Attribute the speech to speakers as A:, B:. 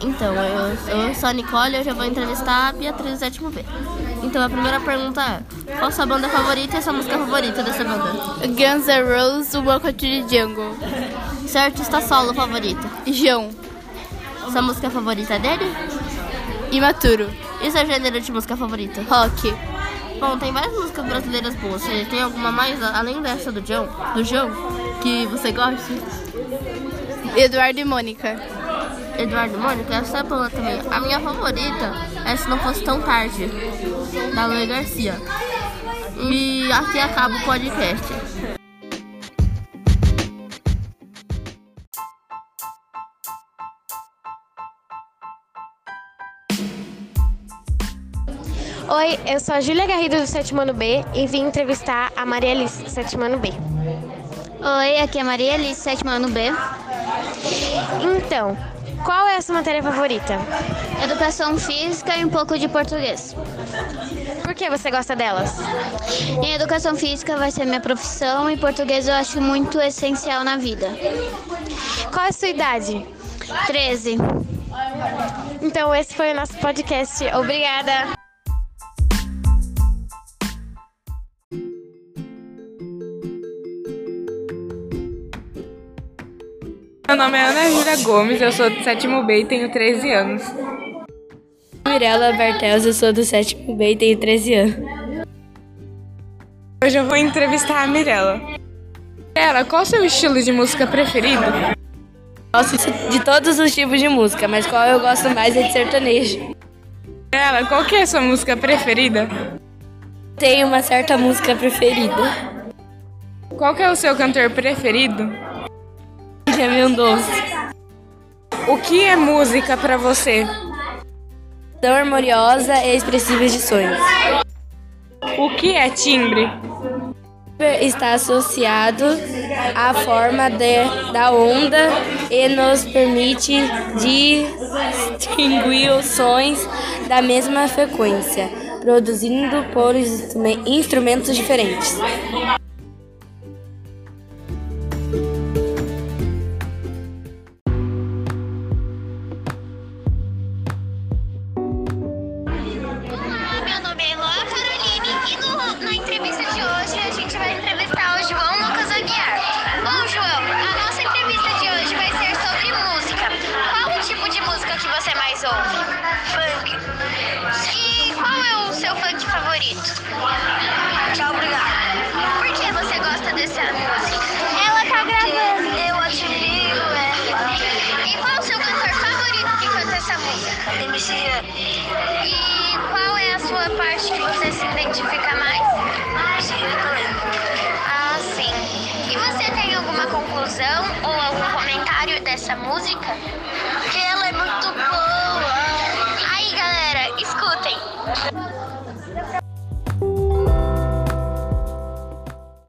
A: Então, eu, eu sou a Nicole e hoje eu vou entrevistar a Beatriz do Sétimo B. Então, a primeira pergunta é: qual sua banda favorita e sua música favorita dessa banda?
B: Guns N' Roses, o Banco de Jungle.
A: Seu artista solo favorito?
B: João,
A: Sua música favorita é dele?
B: Imaturo,
A: E seu gênero de música favorito?
B: Rock.
A: Bom, tem várias músicas brasileiras boas. Você tem alguma mais a- além dessa do João? Do João? Que você gosta?
B: Eduardo e Mônica.
A: Eduardo e Mônica, essa é boa também. A minha favorita é Se Não Fosse Tão Tarde, da Lua Garcia. E aqui acaba o podcast.
C: Oi, eu sou a Júlia Garrido do Sétimo Ano B e vim entrevistar a Maria Alice do Sétimo Ano B.
D: Oi, aqui é a Maria Alice, sétimo ano B.
C: Então, qual é a sua matéria favorita?
D: Educação física e um pouco de português.
C: Por que você gosta delas?
D: Em educação física vai ser minha profissão e português eu acho muito essencial na vida.
C: Qual é a sua idade?
D: 13.
C: Então, esse foi o nosso podcast. Obrigada!
E: Meu nome é Ana Júlia Gomes, eu sou do sétimo B e tenho 13 anos.
F: Mirella Bartels, eu sou do sétimo B e tenho 13 anos.
E: Hoje eu vou entrevistar a Mirella. Mirella, qual o seu estilo de música preferido?
F: Gosto de todos os tipos de música, mas qual eu gosto mais é de sertanejo.
E: Mirella, qual que é a sua música preferida?
F: Tenho uma certa música preferida,
E: Qual que é o seu cantor preferido?
F: que é Mendonça.
E: O que é música pra você?
F: Tão harmoniosa e expressíveis de sonhos.
E: O que é timbre?
F: Está associado à forma de- da onda e nos permite distinguir os sons da mesma frequência, produzindo por instrumen- instrumentos diferentes.
D: Meu nome é Eloa Caroline e no- na entrevista de hoje a gente vai entrevistar o João Lucas Aguiar. Bom, João, a nossa entrevista de hoje vai ser sobre música. Qual o tipo de música que você mais ouve? Funk. E qual é o seu funk favorito? Tchau, obrigado. Por que você gosta dessa música? Ela tá gravando. Eu admiro ela. E qual o seu cantor favorito que canta essa música? MC E qual é a sua parte que você se identifica mais? Ah, sim. E você tem alguma conclusão ou algum comentário dessa música? Que ela é muito boa. Aí, galera, escutem.